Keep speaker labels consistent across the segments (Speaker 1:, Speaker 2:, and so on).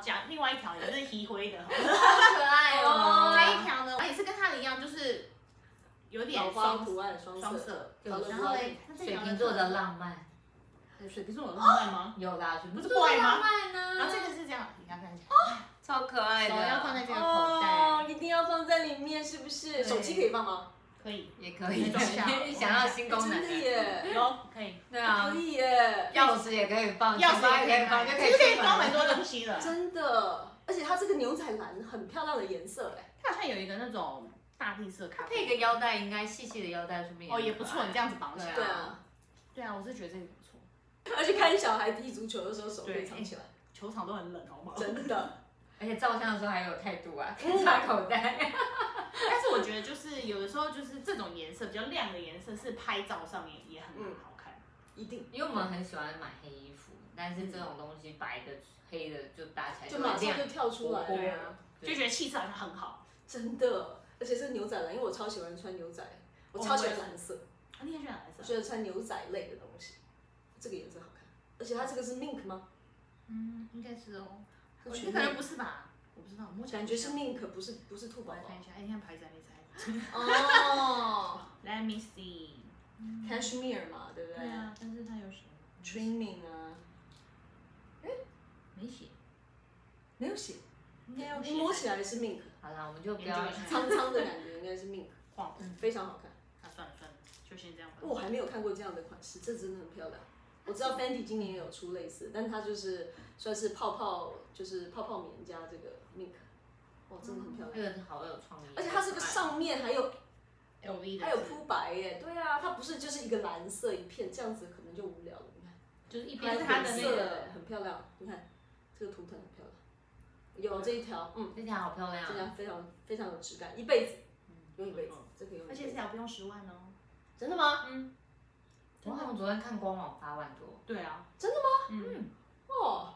Speaker 1: 讲另外一条也是黑灰的，
Speaker 2: 好可爱哦。
Speaker 1: 这一条呢也是跟它的一样，就是有点
Speaker 2: 老花
Speaker 1: 双
Speaker 2: 图案双
Speaker 1: 双
Speaker 2: 色，
Speaker 1: 色，
Speaker 3: 有
Speaker 1: 然后嘞，它这
Speaker 3: 水
Speaker 1: 条呢
Speaker 3: 瓶座的浪漫
Speaker 1: 水瓶座哦有浪漫吗？
Speaker 3: 有啦，水瓶
Speaker 1: 不
Speaker 3: 座
Speaker 1: 是怪吗
Speaker 3: 浪漫呢。
Speaker 1: 然后这个是这样，你看看一下，
Speaker 4: 超可爱的，
Speaker 1: 手要放在这个口袋
Speaker 4: 哦，一定要放在里面，是不是？
Speaker 2: 手机可以放吗？
Speaker 1: 可以，
Speaker 3: 也可以，
Speaker 1: 装下
Speaker 3: 想要新功
Speaker 2: 真
Speaker 3: 能
Speaker 2: 的，耶，
Speaker 1: 有可以，
Speaker 3: 对啊
Speaker 2: 可，以耶，
Speaker 3: 钥匙也可以放，
Speaker 1: 钥匙
Speaker 3: 钱包
Speaker 1: 也
Speaker 3: 也可以
Speaker 1: 放，
Speaker 3: 放，
Speaker 1: 就
Speaker 3: 就
Speaker 1: 可
Speaker 3: 可
Speaker 1: 以
Speaker 3: 以
Speaker 1: 可以
Speaker 3: 去
Speaker 1: 装
Speaker 3: 买
Speaker 1: 很多东西了。
Speaker 2: 真的，而且它这个牛仔蓝很漂亮的颜色哎，
Speaker 1: 它好像有一个那种大地色咖
Speaker 3: 配
Speaker 1: 啡，
Speaker 3: 个腰带，应该细细的腰带是不是？
Speaker 1: 哦也不错，你这。样子绑起来，
Speaker 2: 对
Speaker 3: 对
Speaker 2: 啊，
Speaker 1: 对啊，我是觉得这个不错，
Speaker 2: 而且看小孩踢足球的时候手可
Speaker 1: 对
Speaker 2: 以藏起来，
Speaker 1: 球场都很冷，好不好？
Speaker 2: 真的。
Speaker 3: 而且照相的时候还有态度啊，插口袋。
Speaker 1: 但是我觉得就是有的时候就是这种颜色比较亮的颜色是拍照上面也很
Speaker 2: 嗯
Speaker 1: 好看，
Speaker 2: 一定
Speaker 3: 因为我们很喜欢买黑衣服，但是这种东西白的、黑的就搭起来
Speaker 2: 就
Speaker 3: 很
Speaker 2: 马上
Speaker 3: 亮
Speaker 2: 就。跳出来
Speaker 1: 对
Speaker 2: 了
Speaker 1: 啊，就觉得气色好像很好。
Speaker 2: 真的。而且是牛仔蓝，因为我超喜欢穿牛仔，哦我超喜欢蓝色，
Speaker 1: 啊，你也喜欢蓝
Speaker 2: 我
Speaker 1: 色？
Speaker 2: 觉得穿牛仔类的东西，这个颜色好看。而且它这个是 mink 吗？
Speaker 1: 嗯，应该是哦。
Speaker 2: 我
Speaker 1: 我觉
Speaker 2: 觉
Speaker 1: 得
Speaker 2: 得
Speaker 1: 可能不是吧，我不知道，摸起来
Speaker 2: 感觉是
Speaker 1: 不像
Speaker 2: mink，不是不是兔
Speaker 1: 我
Speaker 2: 宝
Speaker 1: 来
Speaker 2: 宝
Speaker 1: 看。一下，哎，你看牌子还没拆。
Speaker 2: 哦
Speaker 1: Let me see。
Speaker 2: ，cashmere 嘛，对不对
Speaker 1: 对啊，但是它有写，
Speaker 2: ？dreaming 啊，
Speaker 1: 没写，
Speaker 2: 没有写，
Speaker 1: 应该要写
Speaker 2: 你摸起来是 mink，
Speaker 3: 好啦，我们就不
Speaker 1: 研
Speaker 3: 要
Speaker 1: 究一下。
Speaker 2: 苍苍的感觉应该是 mink，
Speaker 1: 晃，
Speaker 2: 非常好看。
Speaker 1: 那算了算了，就先这样吧。
Speaker 2: 我还没有看过这样的款式，这真的很漂亮。我知道 Fendi 今年也有出类似，但它就是算是泡泡，就是泡泡棉加这个 mink，哇，真的很漂
Speaker 3: 这
Speaker 2: 亮。
Speaker 3: 个好有创意，
Speaker 2: 而且它这个上面还有
Speaker 1: LV 的，
Speaker 2: 还有铺白耶，对啊，它不是就是一个蓝色一片，这样子可能就无聊了。你看，
Speaker 1: 就是一
Speaker 2: 一
Speaker 1: 边是它的那个
Speaker 2: 色很漂亮，你看这个图腾很漂亮，有这一条，嗯，
Speaker 3: 这条好漂亮
Speaker 2: 这
Speaker 3: 啊，
Speaker 2: 条非常非常有质感，一辈子
Speaker 1: 嗯
Speaker 2: 用一辈子
Speaker 1: 不错，
Speaker 2: 这个用一辈
Speaker 1: 而
Speaker 2: 子。
Speaker 1: 且这条不用十万哦。
Speaker 2: 真的吗？
Speaker 1: 嗯，
Speaker 3: 我好像昨天看官网八万多，
Speaker 1: 对啊，
Speaker 2: 哦，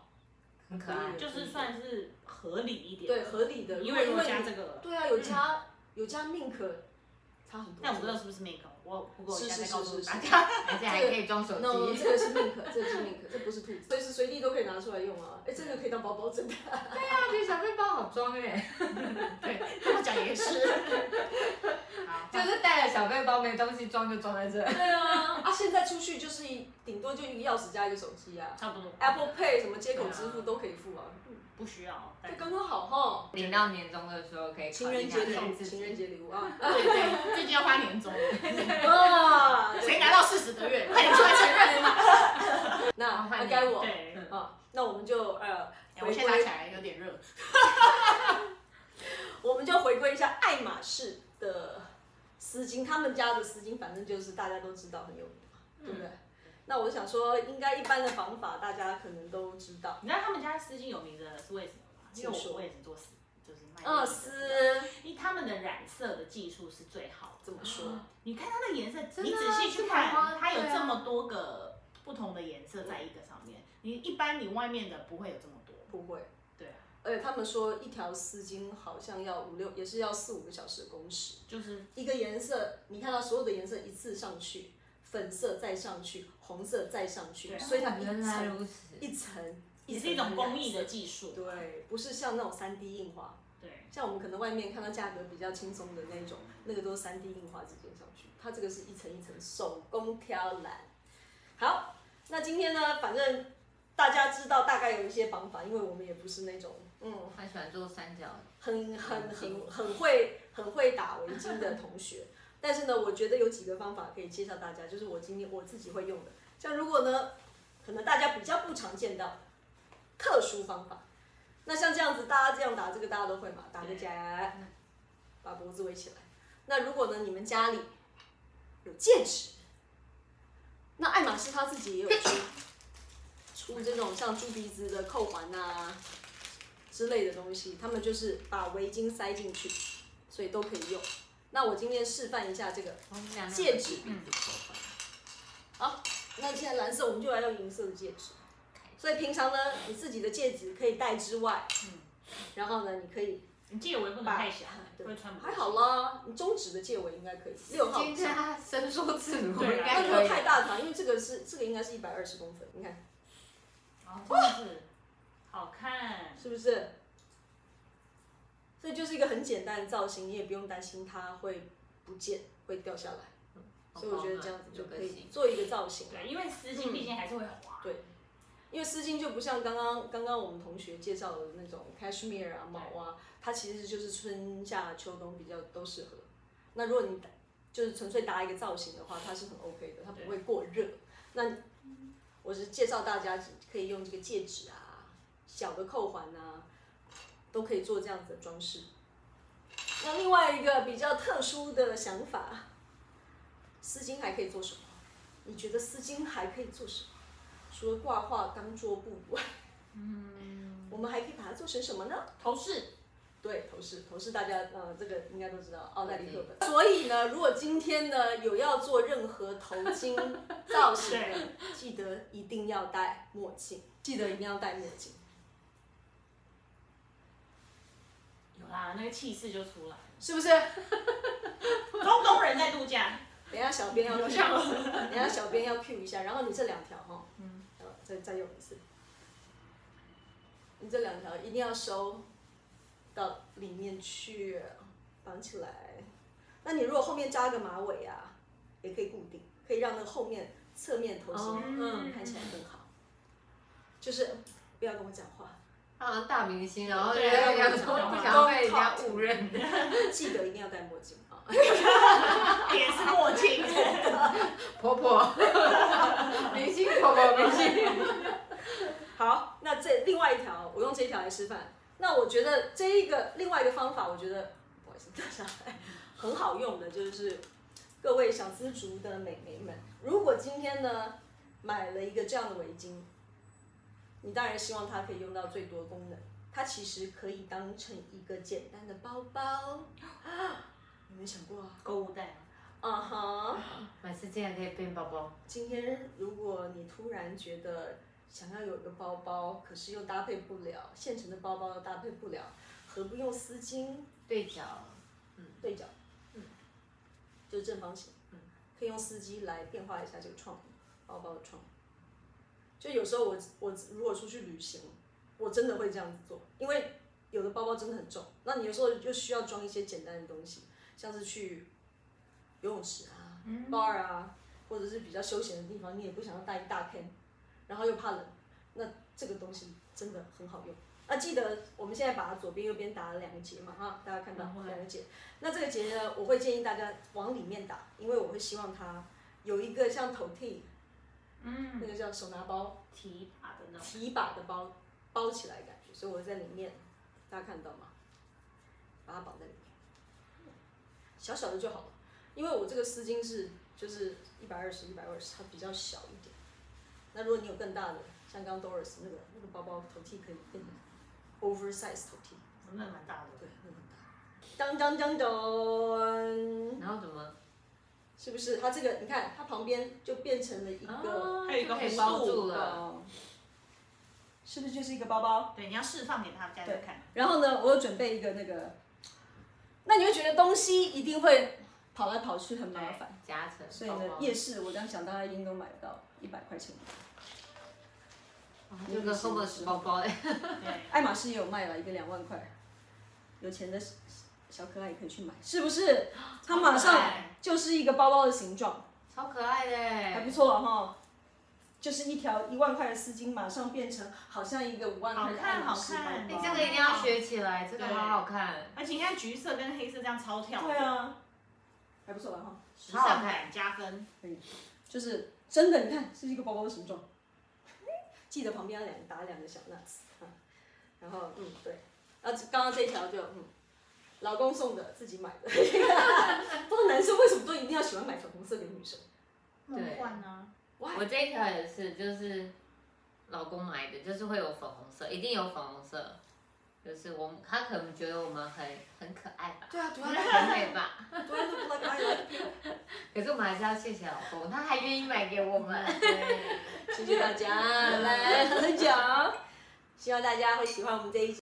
Speaker 3: 很可爱。
Speaker 1: 就是算是合理一点。
Speaker 2: 对，合理的，
Speaker 1: 因为如
Speaker 2: 因
Speaker 1: 果
Speaker 2: 为
Speaker 1: 加
Speaker 2: 你
Speaker 1: 这个，
Speaker 2: 对啊，有加、有加 mink，差很多。
Speaker 1: 但我不知道是不是 make，我 Google 一下
Speaker 2: 是是
Speaker 1: 再告诉
Speaker 2: 是是
Speaker 1: 大
Speaker 2: 是
Speaker 1: 家。
Speaker 3: 而且还可以装手
Speaker 2: no，
Speaker 3: 机。
Speaker 2: 这个是 mink，这个是 mink，这不是兔子，随时随地都可以拿出来用啊！哎，这个可以当包包真的。
Speaker 3: 那觉得小背包好装哎，
Speaker 1: 对，这么讲也是。好，
Speaker 3: 就是带了小背包没东西装就装在这。
Speaker 2: 对 啊，啊，现在出去就是一顶多就一个钥匙加一个手机啊
Speaker 1: 差不多。
Speaker 2: ，Apple Pay 什么接口支付都可以付啊，
Speaker 1: 不需要，
Speaker 2: 这
Speaker 1: 但
Speaker 2: 刚刚好哈。
Speaker 3: 领到年终的时候可以
Speaker 2: 情人节礼
Speaker 3: 送
Speaker 2: 物，
Speaker 3: 自己
Speaker 2: 情人节礼物啊！
Speaker 1: 对对，最近要发年终了，
Speaker 2: 啊，
Speaker 1: 谁拿到四十个月，快点出来承认吧。
Speaker 2: 那那该我
Speaker 1: 对，
Speaker 2: 啊，那我们就呃，
Speaker 1: 哎我现在拿起来有点热。
Speaker 2: 我们就回归一下爱马仕的丝巾，他们家的丝巾反正就是大家都知道很有名嘛，
Speaker 1: 嗯
Speaker 2: 对不对？那我想说，应该一般的绑法大家可能都知道，
Speaker 1: 你知道他们家丝巾有名的是为什么吗？因为
Speaker 2: 请
Speaker 1: 我
Speaker 2: 说
Speaker 1: 我也是做丝，就是卖
Speaker 2: 嗯，
Speaker 1: 丝
Speaker 2: 丝
Speaker 1: 的，因为他们的染色的技术是最好的。
Speaker 2: 怎么说？
Speaker 1: 你看它的颜色，
Speaker 3: 的
Speaker 1: 你仔细去
Speaker 3: 是
Speaker 1: 看，
Speaker 3: 百花
Speaker 1: 它有
Speaker 3: 对啊
Speaker 1: 这么多个不同的颜色在一个上面。你一般你外面的不会有这么多。
Speaker 2: 不会，
Speaker 1: 嗯对啊，
Speaker 2: 而且他们说一条丝巾好像要五六，也是要四五个小时的工时，
Speaker 1: 就是
Speaker 2: 一个颜色，你看到所有的颜色一次上去，粉色再上去，红色再上去，
Speaker 1: 对哦
Speaker 2: 所以它一
Speaker 3: 原来
Speaker 2: 层
Speaker 3: 如此，
Speaker 2: 一层，
Speaker 1: 也是一种
Speaker 2: 层
Speaker 1: 工艺的
Speaker 2: 染
Speaker 1: 技术。
Speaker 2: 色，对，不是像那种三 D 印花。
Speaker 1: 对，
Speaker 2: 像我们可能外面看到价格比较轻松的那种，那个都是3 D 印花直接上去，它这个是一层一层手工挑染。好，那今天呢，反正大家知道大概有一些绑法，因为我们也不是那种嗯
Speaker 3: 我很喜欢做三角的。
Speaker 2: 很很很很会很会打围巾的同学，但是呢，我觉得有几个方法可以介绍大家，就是我今天我自己会用的。像如果呢，可能大家比较不常见到特殊方法，那像这样子，大家这样打这个大家都会嘛，打个结，把脖子围起来。那如果呢，你们家里有戒指，那爱马仕他自己也有出出这种像猪鼻子的扣环啊之类的东西，他们就是把围巾塞进去，所以都可以用。那我今天示范一下这个，
Speaker 3: 我们俩
Speaker 2: 戒指
Speaker 3: 嗯，
Speaker 2: 那现在蓝色我们就来用银色的戒指。所以平常呢，你自己的戒指可以戴之外，
Speaker 1: 嗯
Speaker 2: 然后呢，你可以
Speaker 1: 你戒围不能
Speaker 2: 把
Speaker 1: 太小，
Speaker 2: 对
Speaker 1: 会穿不
Speaker 2: 还好啦，你中指的戒围应该可以，六号以
Speaker 3: 今天
Speaker 2: 上。
Speaker 3: 他伸缩自如，
Speaker 1: 对啊
Speaker 3: 应
Speaker 2: 那
Speaker 3: 该
Speaker 2: 没
Speaker 3: 可
Speaker 2: 有
Speaker 3: 以。
Speaker 2: 太大的糖，因为这个是这个应该是一百二十公分，你看
Speaker 1: 哦，真的是好看，
Speaker 2: 是不是？所以就是一个很简单的造型，你也不用担心它会不见、会掉下来。所以我觉啊得这样子就可以做一个造型了
Speaker 1: 对，。因为丝巾毕竟还是会滑，
Speaker 2: 对因为丝巾就不像刚刚刚刚我们同学介绍的那种 cashmere 啊毛啊，它其实就是春夏秋冬比较都适合。那如果你打就是纯粹搭一个造型的话，它是很 OK 的，它不会过热。那我是介绍大家可以用这个戒指啊、小的扣环啊，都可以做这样子的装饰。那另外一个比较特殊的想法，丝巾还可以做什么？你觉得丝巾还可以做什么？除了挂画当桌布以外，嗯，我们还可以把它做成什么呢？
Speaker 1: 啊头饰
Speaker 2: 对，头饰，头饰大家呃，这个应该都知道，奥黛丽赫本。所以呢，如果今天呢有要做任何头巾造型的，记得一定要戴墨镜，记得一定要戴墨镜。
Speaker 1: 有啦，那个气势就出来了。
Speaker 2: 是不是？
Speaker 1: 中东人在度假，
Speaker 2: 等一下小编要
Speaker 1: 有效
Speaker 2: 等一下小编要 Q 一下，然后你这两条哈，嗯，再再用一次，你这两条一定要收到里面去，绑起来。那你如果后面扎个马尾啊，也可以固定，可以让那个后面侧面头型、
Speaker 4: 哦
Speaker 2: 嗯看起来更好。就是不要跟我讲话，
Speaker 3: 好像大明星，然后就
Speaker 1: 对
Speaker 3: 想说不想被人家误认，
Speaker 2: 记得一定要戴墨镜啊。
Speaker 1: 也是墨镜，
Speaker 3: 婆婆，明星婆婆，明星，
Speaker 2: 好，那这另外一条，我用这一条来示范。那我觉得这一个另外一个方法，我觉得不好意思，大家很好用的，就是各位小资族的美眉们，如果今天呢买了一个这样的围巾，你当然希望它可以用到最多功能。它其实可以当成一个简单的包包，有没有想过啊？
Speaker 1: 购物袋。
Speaker 2: 啊哈。
Speaker 3: 满世界还可以变包包，
Speaker 2: 今天如果你突然觉得想要有一个包包，可是又搭配不了，现成的包包又搭配不了，何不用丝巾
Speaker 3: 对角，
Speaker 2: 对角？嗯，就是正方形。嗯，可以用丝巾来变化一下这个创意，包包的创意。就有时候我我如果出去旅行，我真的会这样子做，因为有的包包真的很重，那你有时候就需要装一些简单的东西，像是去游泳池啊、bar 啊，或者是比较休闲的地方，你也不想要带一大 can，然后又怕冷，那这个东西真的很好用。那记得我们现在把它左边右边打了两个结嘛，哈，大家看到两个结。那这个结呢，我会建议大家往里面打，因为我会希望它有一个像头剃，
Speaker 1: 嗯，
Speaker 2: 那个叫手拿包，
Speaker 1: 提把的那种，
Speaker 2: 提把的包包起来的感觉，所以我在里面，大家看到吗？把它绑在里面，小小的就好了，因为我这个丝巾是就是一百二十、一百二十，它比较小一点。那如果你有更大的，像刚刚 Doris 那个那个包包头剃可以变成 oversize 头剃，
Speaker 1: 那蛮大的。
Speaker 2: 对，那个很大。当当当当，
Speaker 3: 然后怎么
Speaker 2: 是不是？它这个你看，它旁边就变成了一个，
Speaker 1: 还有一个
Speaker 3: 就可
Speaker 1: 红
Speaker 3: 以包
Speaker 1: 树
Speaker 3: 啊住了，
Speaker 2: 是不是就是一个包包？
Speaker 1: 对，你要释放给他们家人看。
Speaker 2: 然后呢，我有准备一个那个，那你会觉得东西一定会跑来跑去，很麻烦。
Speaker 3: 夹层
Speaker 2: 所以
Speaker 3: 包
Speaker 2: 呢，
Speaker 3: 包，
Speaker 2: 夜市我刚想大家应该都买得到一百块钱，
Speaker 3: 哇这个 h o b e r s 包包哎，
Speaker 1: 对，
Speaker 2: 爱马仕也有卖了一个两万块，有钱的小可爱也可以去买，是不是？它
Speaker 1: 好
Speaker 2: 马
Speaker 1: 可
Speaker 2: 上
Speaker 1: 爱
Speaker 2: 就是一个包包的形状，
Speaker 3: 超可爱的
Speaker 2: 还
Speaker 3: 哎
Speaker 2: 不，错啊哈。就是一条一万块的丝巾，马上变成好像一个五万块的
Speaker 1: 好看
Speaker 2: 爱马仕包
Speaker 1: 好看
Speaker 2: 包
Speaker 1: 哎
Speaker 3: 这个一定要学起来，这个
Speaker 1: 对
Speaker 3: 好好看，
Speaker 1: 而且你看橘色跟黑色这样超跳，
Speaker 2: 对，啊，还不错吧哈。
Speaker 1: 时尚感加分。
Speaker 2: 就是真的，你看是一个包包的形状。 记得旁边要两打两个小 nuts，、啊、然后嗯对，然后刚刚这一条就嗯，老公送的，自己买的。 不过男生为什么都一定要喜欢买粉红色给女生？
Speaker 1: 梦
Speaker 3: 对
Speaker 1: 幻啊，
Speaker 3: 我这一条也是，就是老公买的，就是会有粉红色，一定有粉红色。就是我们，他可能觉得我们很很可爱吧，
Speaker 2: 对啊，对
Speaker 3: 很美 吧。
Speaker 2: 对啊，不来
Speaker 3: 可是我们还是要谢谢老公，他还愿意买给我们。
Speaker 2: 谢谢大家来喝酒，希望大家会喜欢我们这一集。